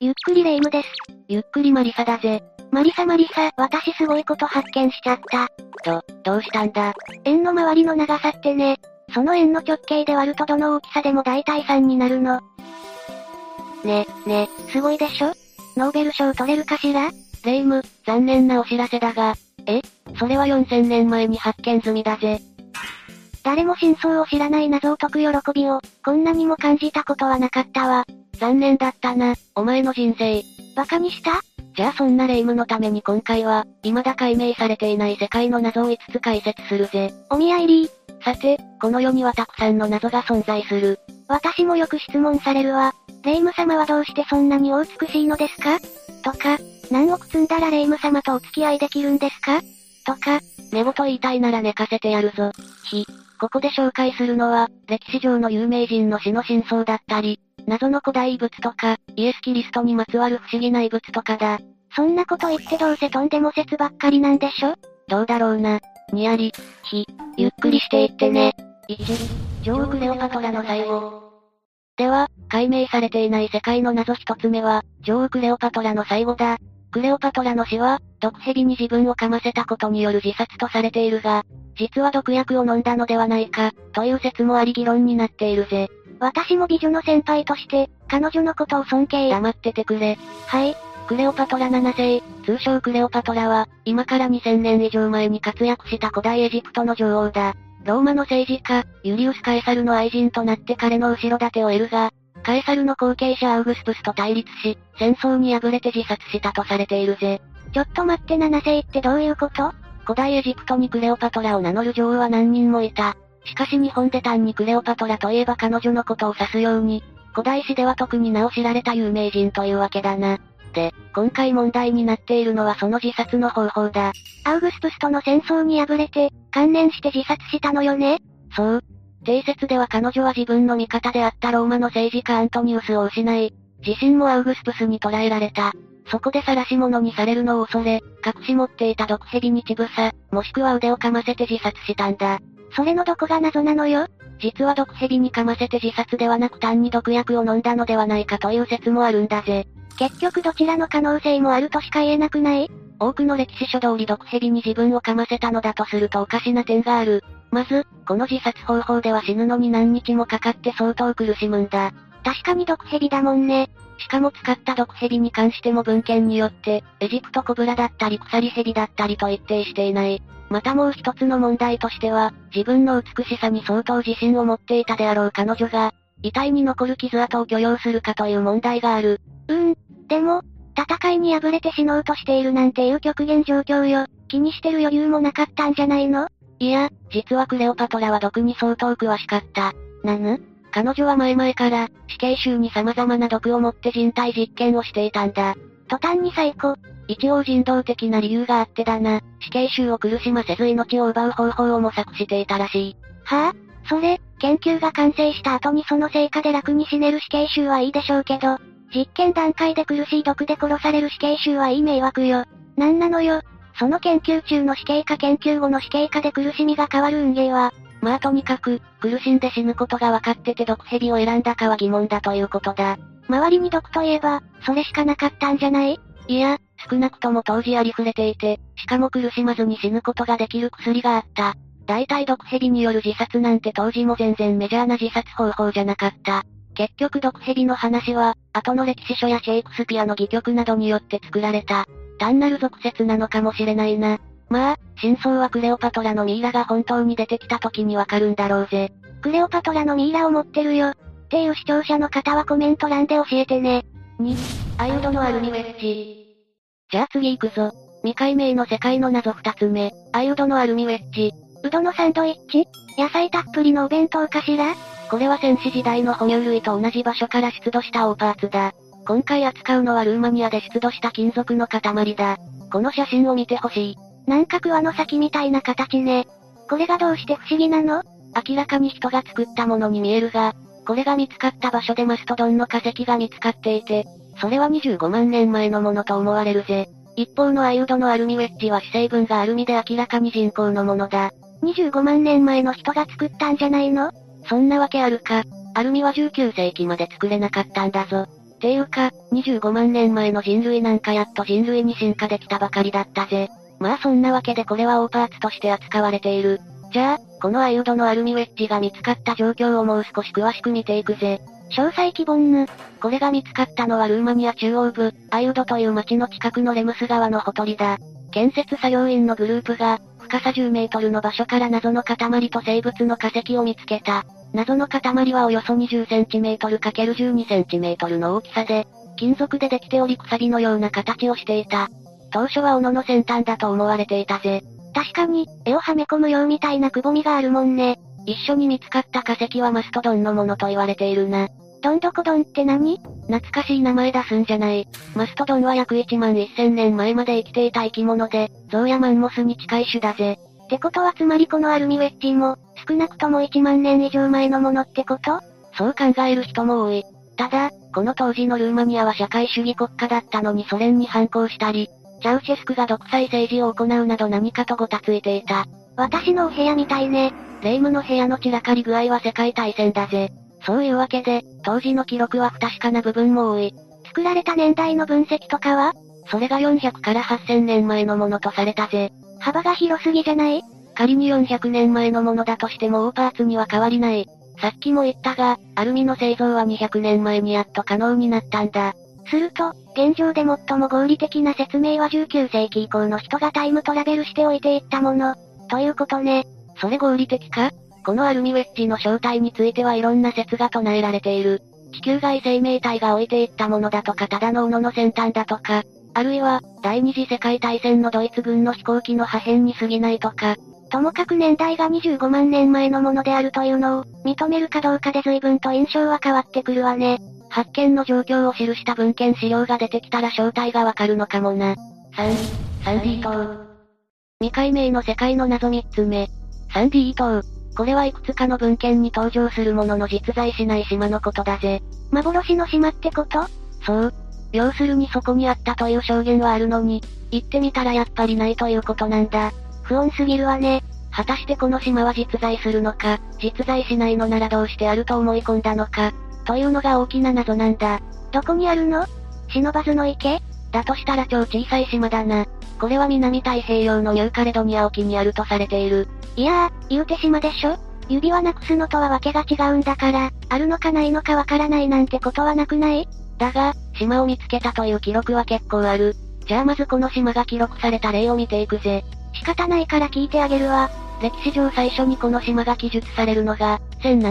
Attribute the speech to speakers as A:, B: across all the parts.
A: ゆっくりレ夢ムです。
B: ゆっくりマリサだぜ。
A: マリサマリサ、私すごいこと発見しちゃった。
B: ど、どうしたんだ
A: 円の周りの長さってね、その円の直径で割るとどの大きさでも大体3になるの。
B: ね、ね、
A: すごいでしょノーベル賞取れるかしら
B: レイム、残念なお知らせだが。えそれは4000年前に発見済みだぜ。
A: 誰も真相を知らない謎を解く喜びを、こんなにも感じたことはなかったわ。
B: 残念だったな、お前の人生。
A: バカにした
B: じゃあそんなレイムのために今回は、未だ解明されていない世界の謎を5つ解説するぜ。
A: お見合いリー。
B: さて、この世にはたくさんの謎が存在する。
A: 私もよく質問されるわ。レイム様はどうしてそんなにお美しいのですかとか、何億積んだらレイム様とお付き合いできるんですかとか、
B: 寝言言いたいなら寝かせてやるぞ。ひ、ここで紹介するのは、歴史上の有名人の死の真相だったり、謎の古代遺物とか、イエス・キリストにまつわる不思議な遺物とかだ。
A: そんなこと言ってどうせとんでも説ばっかりなんでしょ
B: どうだろうな。にやり、ひ、ゆっくりしていってね。1、ジョー・クレオパトラの最後。では、解明されていない世界の謎一つ目は、ジョー・クレオパトラの最後だ。クレオパトラの死は、毒蛇に自分を噛ませたことによる自殺とされているが、実は毒薬を飲んだのではないか、という説もあり議論になっているぜ。
A: 私も美女の先輩として、彼女のことを尊敬。
B: 黙っててくれ。
A: はい、
B: クレオパトラ7世、通称クレオパトラは、今から2000年以上前に活躍した古代エジプトの女王だ。ローマの政治家、ユリウス・カエサルの愛人となって彼の後ろ盾を得るが、カエサルの後継者アウグスプスと対立し、戦争に敗れて自殺したとされているぜ。
A: ちょっと待って七世ってどういうこと
B: 古代エジプトにクレオパトラを名乗る女王は何人もいた。しかし日本で単にクレオパトラといえば彼女のことを指すように、古代史では特に名を知られた有名人というわけだな。で、今回問題になっているのはその自殺の方法だ。
A: アウグスプスとの戦争に敗れて、関連して自殺したのよね
B: そう。定説では彼女は自分の味方であったローマの政治家アントニウスを失い、自身もアウグスプスに捕らえられた。そこで晒し者にされるのを恐れ、隠し持っていた毒蛇に乳房、もしくは腕を噛ませて自殺したんだ。
A: それのどこが謎なのよ
B: 実は毒蛇に噛ませて自殺ではなく単に毒薬を飲んだのではないかという説もあるんだぜ。
A: 結局どちらの可能性もあるとしか言えなくない
B: 多くの歴史書通り毒蛇に自分を噛ませたのだとするとおかしな点がある。まず、この自殺方法では死ぬのに何日もかかって相当苦しむんだ。
A: 確かに毒蛇だもんね。
B: しかも使った毒蛇に関しても文献によって、エジプトコブラだったり鎖蛇だったりと一定していない。またもう一つの問題としては、自分の美しさに相当自信を持っていたであろう彼女が、遺体に残る傷跡を許容するかという問題がある。
A: うーん。でも、戦いに敗れて死のうとしているなんていう極限状況よ。気にしてる余裕もなかったんじゃないの
B: いや、実はクレオパトラは毒に相当詳しかった。
A: なぬ
B: 彼女は前々から、死刑囚に様々な毒を持って人体実験をしていたんだ。
A: 途端に最高。
B: 一応人道的な理由があってだな、死刑囚を苦しませず命を奪う方法を模索していたらしい。
A: はあそれ、研究が完成した後にその成果で楽に死ねる死刑囚はいいでしょうけど、実験段階で苦しい毒で殺される死刑囚はいい迷惑よ。なんなのよ。その研究中の死刑か研究後の死刑かで苦しみが変わる運ゲーは、
B: まあとにかく、苦しんで死ぬことが分かってて毒蛇を選んだかは疑問だということだ。
A: 周りに毒といえば、それしかなかったんじゃない
B: いや、少なくとも当時ありふれていて、しかも苦しまずに死ぬことができる薬があった。大体毒蛇による自殺なんて当時も全然メジャーな自殺方法じゃなかった。結局毒蛇の話は、後の歴史書やシェイクスピアの戯曲などによって作られた。単なる俗説なのかもしれないな。まあ、真相はクレオパトラのミイラが本当に出てきた時にわかるんだろうぜ。
A: クレオパトラのミイラを持ってるよ。っていう視聴者の方はコメント欄で教えてね。
B: アヨドのアルミウェッジ。じゃあ次行くぞ。未解明の世界の謎二つ目。アヨドのアルミウェッジ。
A: うどのサンドイッチ野菜たっぷりのお弁当かしら
B: これは戦士時代の哺乳類と同じ場所から出土したオーパーツだ。今回扱うのはルーマニアで出土した金属の塊だ。この写真を見てほしい。
A: なんか桑の先みたいな形ね。これがどうして不思議なの
B: 明らかに人が作ったものに見えるが、これが見つかった場所でマストドンの化石が見つかっていて、それは25万年前のものと思われるぜ。一方のアイウドのアルミウェッジは主成分がアルミで明らかに人工のものだ。
A: 25万年前の人が作ったんじゃないの
B: そんなわけあるか。アルミは19世紀まで作れなかったんだぞ。ていうか、25万年前の人類なんかやっと人類に進化できたばかりだったぜ。まあそんなわけでこれはオーパーツとして扱われている。じゃあ、このアイウドのアルミウェッジが見つかった状況をもう少し詳しく見ていくぜ。
A: 詳細希望ぬ。
B: これが見つかったのはルーマニア中央部、アイウドという町の近くのレムス川のほとりだ。建設作業員のグループが、深さ10メートルの場所から謎の塊と生物の化石を見つけた。謎の塊はおよそ20センチメートル ×12 センチメートルの大きさで、金属でできており鎖のような形をしていた。当初は斧の先端だと思われていたぜ。
A: 確かに、絵をはめ込むようみたいなくぼみがあるもんね。
B: 一緒に見つかった化石はマストドンのものと言われているな。
A: どんどこどんって何
B: 懐かしい名前出すんじゃない。マストドンは約1万1000年前まで生きていた生き物で、ゾウやマンモスに近い種だぜ。
A: ってことはつまりこのアルミウェッジも、少なくとも1万年以上前のものってこと
B: そう考える人も多い。ただ、この当時のルーマニアは社会主義国家だったのにソ連に反抗したり、チャウシェスクが独裁政治を行うなど何かとごたついていた。
A: 私のお部屋みたいね。
B: 霊夢の部屋の散らかり具合は世界大戦だぜ。そういうわけで、当時の記録は不確かな部分も多い。
A: 作られた年代の分析とかは
B: それが400から8000年前のものとされたぜ。
A: 幅が広すぎじゃない
B: 仮に400年前のものだとしてもオーパーツには変わりない。さっきも言ったが、アルミの製造は200年前にやっと可能になったんだ。
A: すると、現状で最も合理的な説明は19世紀以降の人がタイムトラベルしておいていったもの。ということね。
B: それ合理的かこのアルミウェッジの正体についてはいろんな説が唱えられている。地球外生命体が置いていったものだとかただの斧の先端だとか、あるいは、第二次世界大戦のドイツ軍の飛行機の破片に過ぎないとか、
A: ともかく年代が25万年前のものであるというのを、認めるかどうかで随分と印象は変わってくるわね。
B: 発見の状況を記した文献資料が出てきたら正体がわかるのかもな。3、サンディ島。未解明の世界の謎3つ目。サンディ島。これはいくつかの文献に登場するものの実在しない島のことだぜ。
A: 幻の島ってこと
B: そう。要するにそこにあったという証言はあるのに、行ってみたらやっぱりないということなんだ。
A: 不穏すぎるわね。
B: 果たしてこの島は実在するのか、実在しないのならどうしてあると思い込んだのか、というのが大きな謎なんだ。
A: どこにあるの忍ばずの池
B: だとしたら超小さい島だな。これは南太平洋のニューカレドニア沖にあるとされている。
A: いやー、言うて島でしょ指輪なくすのとはわけが違うんだから、あるのかないのかわからないなんてことはなくない
B: だが、島を見つけたという記録は結構ある。じゃあまずこの島が記録された例を見ていくぜ。
A: 仕方ないから聞いてあげるわ。
B: 歴史上最初にこの島が記述されるのが、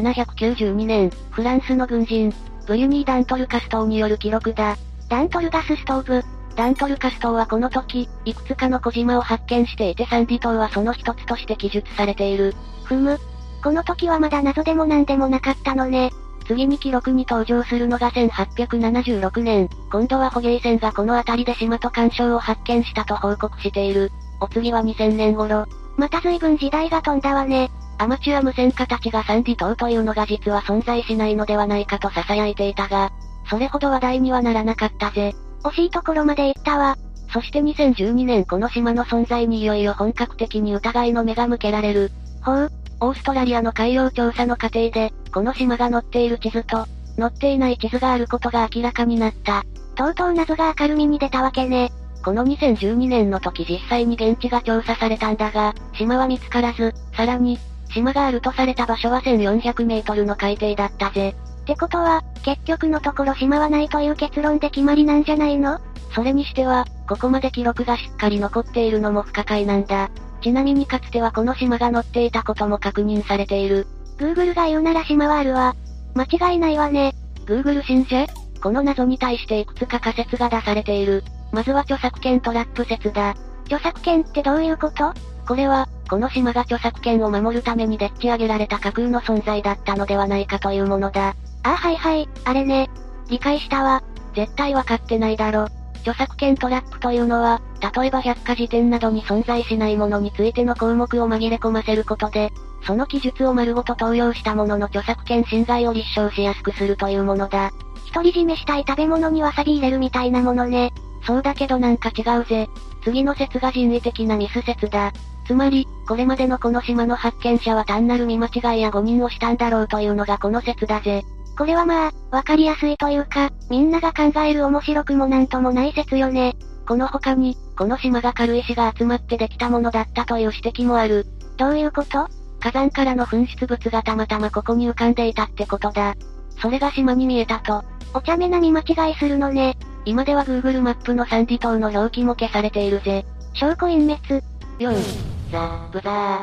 B: 1792年、フランスの軍人、ブリュニー・ダントルカストーによる記録だ。
A: ダントルガスストーブ。
B: ダントルカストーはこの時、いくつかの小島を発見していてサンディ島はその一つとして記述されている。
A: ふむ。この時はまだ謎でも何でもなかったのね。
B: 次に記録に登場するのが1876年、今度は捕鯨船がこの辺りで島と干渉を発見したと報告している。お次は2000年頃。
A: また随分時代が飛んだわね。
B: アマチュア無線家たちがサンディ島というのが実は存在しないのではないかと囁いていたが、それほど話題にはならなかったぜ。
A: 惜しいところまで行ったわ。
B: そして2012年この島の存在にいよいよ本格的に疑いの目が向けられる。
A: ほう。
B: オーストラリアの海洋調査の過程で、この島が載っている地図と、載っていない地図があることが明らかになった。
A: とうとう謎が明るみに出たわけね。
B: この2012年の時実際に現地が調査されたんだが、島は見つからず、さらに、島があるとされた場所は1400メートルの海底だったぜ。
A: ってことは、結局のところ島はないという結論で決まりなんじゃないの
B: それにしては、ここまで記録がしっかり残っているのも不可解なんだ。ちなみにかつてはこの島が載っていたことも確認されている。
A: Google が言うなら島はあるわ。間違いないわね。
B: Google 信者この謎に対していくつか仮説が出されている。まずは著作権トラップ説だ。
A: 著作権ってどういうこと
B: これは、この島が著作権を守るためにでっち上げられた架空の存在だったのではないかというものだ。
A: あはいはい、あれね。理解したわ。
B: 絶対わかってないだろ。著作権トラップというのは、例えば百科事典などに存在しないものについての項目を紛れ込ませることで、その記述を丸ごと盗用したものの著作権侵害を立証しやすくするというものだ。
A: 独り占めしたい食べ物にわさび入れるみたいなものね。
B: そうだけどなんか違うぜ。次の説が人為的なミス説だ。つまり、これまでのこの島の発見者は単なる見間違いや誤認をしたんだろうというのがこの説だぜ。
A: これはまあ、わかりやすいというか、みんなが考える面白くもなんともない説よね。
B: この他に、この島が軽石が集まってできたものだったという指摘もある。
A: どういうこと
B: 火山からの噴出物がたまたまここに浮かんでいたってことだ。それが島に見えたと。
A: お茶目な見間違いするのね。
B: 今では Google マップのサンディ島の表記も消されているぜ。
A: 証拠隠滅。
B: よい、ザ・ブザー。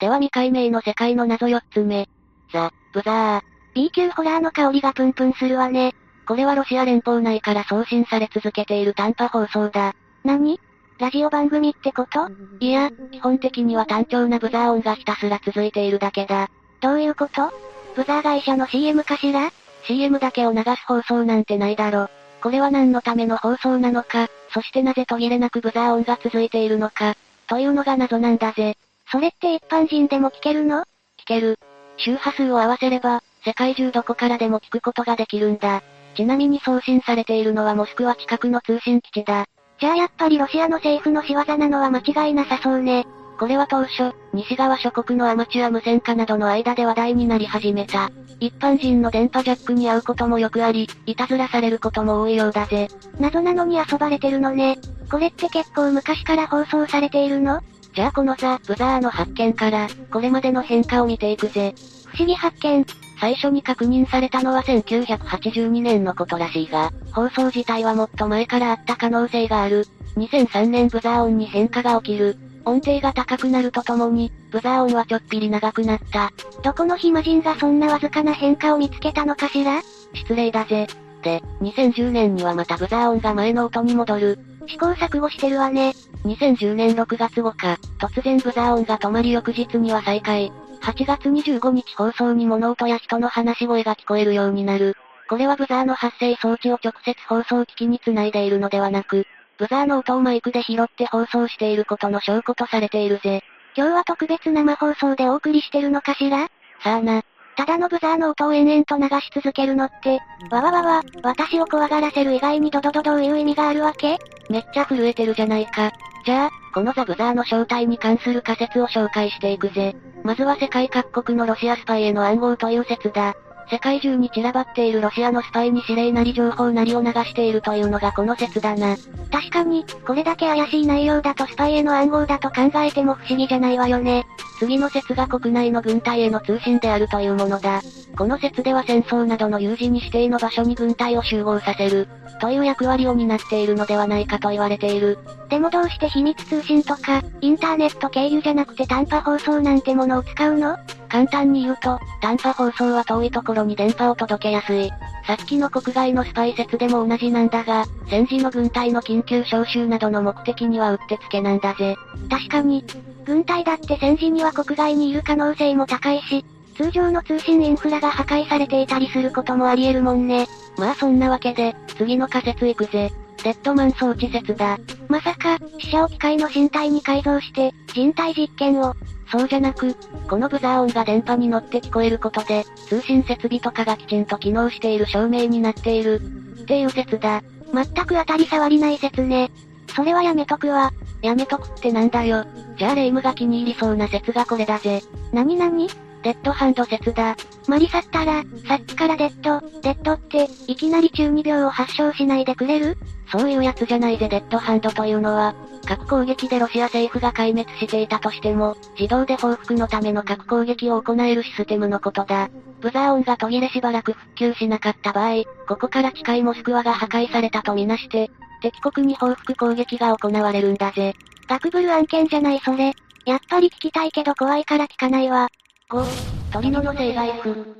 B: では未解明の世界の謎4つ目。ザ・ブザー。
A: B 級ホラーの香りがプンプンするわね。
B: これはロシア連邦内から送信され続けている短波放送だ。
A: 何ラジオ番組ってこと
B: いや、基本的には単調なブザー音がひたすら続いているだけだ。
A: どういうことブザー会社の CM かしら
B: CM だけを流す放送なんてないだろ。これは何のための放送なのか、そしてなぜ途切れなくブザー音が続いているのか、というのが謎なんだぜ。
A: それって一般人でも聞けるの
B: 聞ける。周波数を合わせれば、世界中どこからでも聞くことができるんだ。ちなみに送信されているのはモスクワ近くの通信基地だ。
A: じゃあやっぱりロシアの政府の仕業なのは間違いなさそうね。
B: これは当初、西側諸国のアマチュア無線化などの間で話題になり始めた。一般人の電波ジャックに会うこともよくあり、いたずらされることも多いようだぜ。
A: 謎なのに遊ばれてるのね。これって結構昔から放送されているの
B: じゃあこのザ・ブザーの発見から、これまでの変化を見ていくぜ。
A: 不思議発見。
B: 最初に確認されたのは1982年のことらしいが、放送自体はもっと前からあった可能性がある。2003年ブザー音に変化が起きる。音程が高くなるとともに、ブザー音はちょっぴり長くなった。
A: どこの暇人がそんなわずかな変化を見つけたのかしら
B: 失礼だぜ。で、2010年にはまたブザー音が前の音に戻る。
A: 試行錯誤してるわね。
B: 2010年6月5日、突然ブザー音が止まり翌日には再開。8月25日放送に物音や人の話し声が聞こえるようになる。これはブザーの発生装置を直接放送機器につないでいるのではなく、ブザーの音をマイクで拾って放送していることの証拠とされているぜ。
A: 今日は特別生放送でお送りしてるのかしら
B: さあな。
A: ただのブザーの音を延々と流し続けるのって、わわわわ、私を怖がらせる以外にドドドどういう意味があるわけ
B: めっちゃ震えてるじゃないか。じゃあ、このザ・ブザーの正体に関する仮説を紹介していくぜ。まずは世界各国のロシアスパイへの暗号という説だ。世界中に散らばっているロシアのスパイに指令なり情報なりを流しているというのがこの説だな。
A: 確かに、これだけ怪しい内容だとスパイへの暗号だと考えても不思議じゃないわよね。
B: 次の説が国内の軍隊への通信であるというものだ。この説では戦争などの有事に指定の場所に軍隊を集合させる、という役割を担っているのではないかと言われている。
A: でもどうして秘密通信とか、インターネット経由じゃなくて短波放送なんてものを使うの
B: 簡単に言うと、短波放送は遠いところに電波を届けやすい。さっきの国外のスパイ説でも同じなんだが、戦時の軍隊の緊急招集などの目的にはうってつけなんだぜ。
A: 確かに、軍隊だって戦時には国外にいる可能性も高いし、通常の通信インフラが破壊されていたりすることもあり得るもんね。
B: まあそんなわけで、次の仮説行くぜ。デッドマン装置説だ。
A: まさか、死者を機械の身体に改造して、人体実験を。
B: そうじゃなく、このブザー音が電波に乗って聞こえることで、通信設備とかがきちんと機能している証明になっている。っていう説だ。
A: 全く当たり障りない説ね。それはやめとくわ。
B: やめとくってなんだよ。じゃあレイムが気に入りそうな説がこれだぜ。
A: なになに
B: デッドハンド説だ。
A: マリサったら、さっきからデッド、デッドって、いきなり中二病を発症しないでくれる
B: そういうやつじゃないぜデッドハンドというのは、核攻撃でロシア政府が壊滅していたとしても、自動で報復のための核攻撃を行えるシステムのことだ。ブザー音が途切れしばらく復旧しなかった場合、ここから近いモスクワが破壊されたとみなして、敵国に報復攻撃が行われるんだぜ。
A: ダクブル案件じゃないそれ。やっぱり聞きたいけど怖いから聞かないわ。
B: 5、鳥の野生が行く。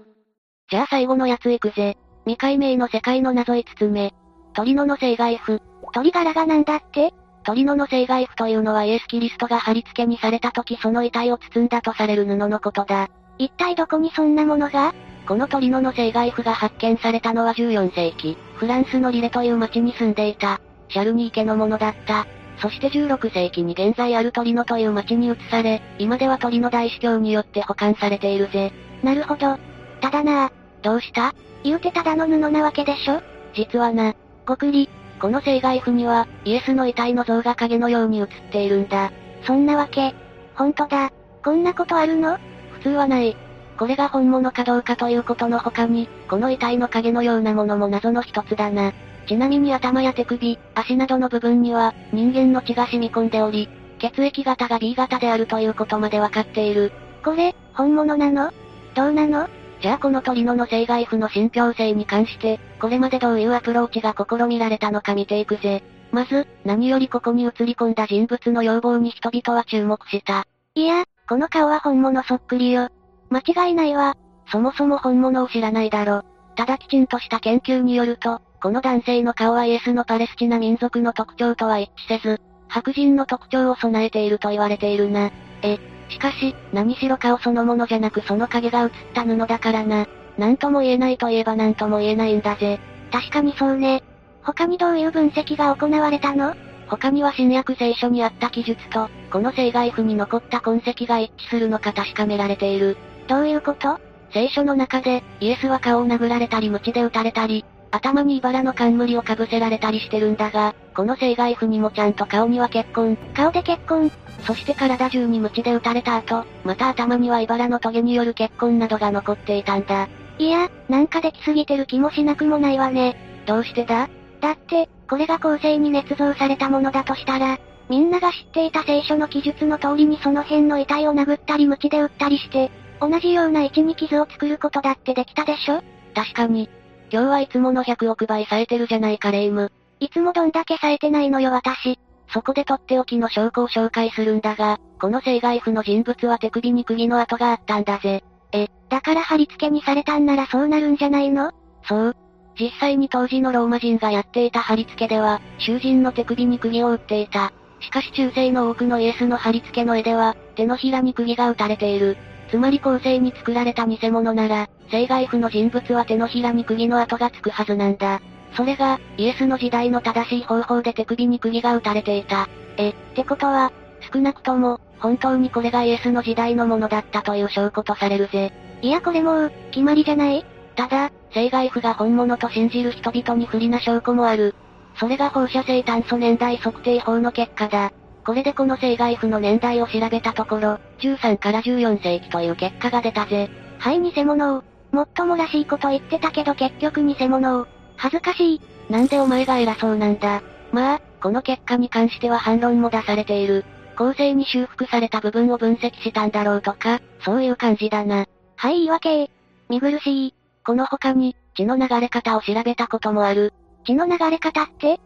B: じゃあ最後のやつ行くぜ。未解明の世界の謎5つ目。鳥の野生が行く。
A: 鳥柄がなんだって
B: 鳥の野生が行くというのはイエス・キリストが貼り付けにされた時その遺体を包んだとされる布のことだ。
A: 一体どこにそんなものが
B: この鳥の野生が行くが発見されたのは14世紀、フランスのリレという町に住んでいた、シャルニー家のものだった。そして16世紀に現在ある鳥野という町に移され、今では鳥の大司教によって保管されているぜ。
A: なるほど。ただな
B: どうした
A: 言うてただの布なわけでしょ
B: 実はな。
A: ごくり。
B: この生涯譜には、イエスの遺体の像が影のように映っているんだ。
A: そんなわけ。ほんとだ。こんなことあるの
B: 普通はない。これが本物かどうかということの他に、この遺体の影のようなものも謎の一つだな。ちなみに頭や手首、足などの部分には、人間の血が染み込んでおり、血液型が B 型であるということまでわかっている。
A: これ、本物なのどうなの
B: じゃあこの鳥野の生骸譜の信憑性に関して、これまでどういうアプローチが試みられたのか見ていくぜ。まず、何よりここに映り込んだ人物の要望に人々は注目した。
A: いや、この顔は本物そっくりよ。間違いないわ。
B: そもそも本物を知らないだろ。ただきちんとした研究によると、この男性の顔はイエスのパレスチナ民族の特徴とは一致せず、白人の特徴を備えていると言われているな。え、しかし、何しろ顔そのものじゃなくその影が映った布だからな。なんとも言えないといえばなんとも言えないんだぜ。
A: 確かにそうね。他にどういう分析が行われたの
B: 他には新約聖書にあった記述と、この生骸譜に残った痕跡が一致するのか確かめられている。
A: どういうこと
B: 聖書の中で、イエスは顔を殴られたり鞭で打たれたり、頭に茨の冠をかぶせられたりしてるんだが、この生涯譜にもちゃんと顔には結婚。
A: 顔で結婚。
B: そして体中に鞭で打たれた後、また頭には茨のトゲによる結婚などが残っていたんだ。
A: いや、なんかできすぎてる気もしなくもないわね。
B: どうしてだ
A: だって、これが後世に捏造されたものだとしたら、みんなが知っていた聖書の記述の通りにその辺の遺体を殴ったり鞭で打ったりして、同じような位置に傷を作ることだってできたでしょ
B: 確かに。今日はいつもの100億倍冴えてるじゃないかレイム。
A: いつもどんだけ冴えてないのよ私。
B: そこでとっておきの証拠を紹介するんだが、この生骸譜の人物は手首に釘の跡があったんだぜ。
A: え、だから貼り付けにされたんならそうなるんじゃないの
B: そう。実際に当時のローマ人がやっていた貼り付けでは、囚人の手首に釘を打っていた。しかし中世の多くのイエスの貼り付けの絵では、手のひらに釘が打たれている。つまり後世に作られた偽物なら、生涯譜の人物は手のひらに釘の跡がつくはずなんだ。それが、イエスの時代の正しい方法で手首に釘が打たれていた。
A: え、ってことは、
B: 少なくとも、本当にこれがイエスの時代のものだったという証拠とされるぜ。
A: いやこれもう、決まりじゃない
B: ただ、生涯譜が本物と信じる人々に不利な証拠もある。それが放射性炭素年代測定法の結果だ。これでこの生涯譜の年代を調べたところ、13から14世紀という結果が出たぜ。
A: はい、偽物を。もっともらしいこと言ってたけど結局偽物を。恥ずかしい。
B: なんでお前が偉そうなんだ。まあ、この結果に関しては反論も出されている。後世に修復された部分を分析したんだろうとか、そういう感じだな。
A: はい、言い訳。見苦しい。
B: この他に、血の流れ方を調べたこともある。
A: 血の流れ方って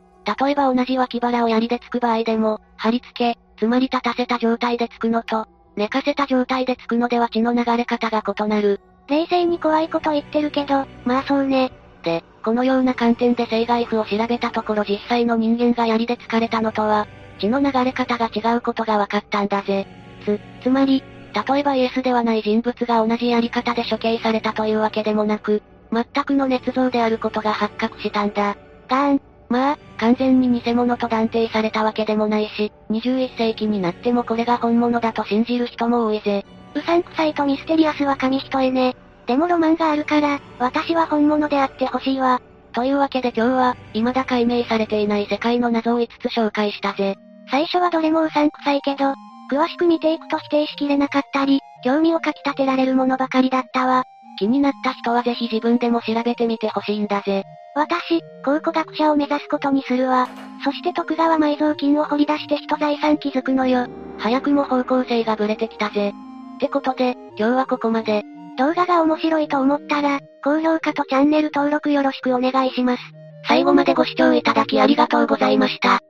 B: 例えば同じ脇腹を槍で突く場合でも、貼り付け、つまり立たせた状態で突くのと、寝かせた状態で突くのでは血の流れ方が異なる。
A: 冷静に怖いこと言ってるけど、まあそうね。
B: で、このような観点で生涯譜を調べたところ実際の人間が槍で疲れたのとは、血の流れ方が違うことが分かったんだぜ。つ、つまり、例えばイエスではない人物が同じやり方で処刑されたというわけでもなく、全くの捏造であることが発覚したんだ。
A: ガーン、
B: まあ、完全に偽物と断定されたわけでもないし、21世紀になってもこれが本物だと信じる人も多いぜ。
A: うさんくさいとミステリアスは紙一重ね。でもロマンがあるから、私は本物であってほしいわ。
B: というわけで今日は、未だ解明されていない世界の謎を5つ紹介したぜ。
A: 最初はどれもうさんくさいけど、詳しく見ていくと否定しきれなかったり、興味をかき立てられるものばかりだったわ。
B: 気になった人はぜひ自分でも調べてみてほしいんだぜ。
A: 私、考古学者を目指すことにするわ。そして徳川埋蔵金を掘り出して人財産築くのよ。
B: 早くも方向性がブレてきたぜ。ってことで、今日はここまで。
A: 動画が面白いと思ったら、高評価とチャンネル登録よろしくお願いします。
B: 最後までご視聴いただきありがとうございました。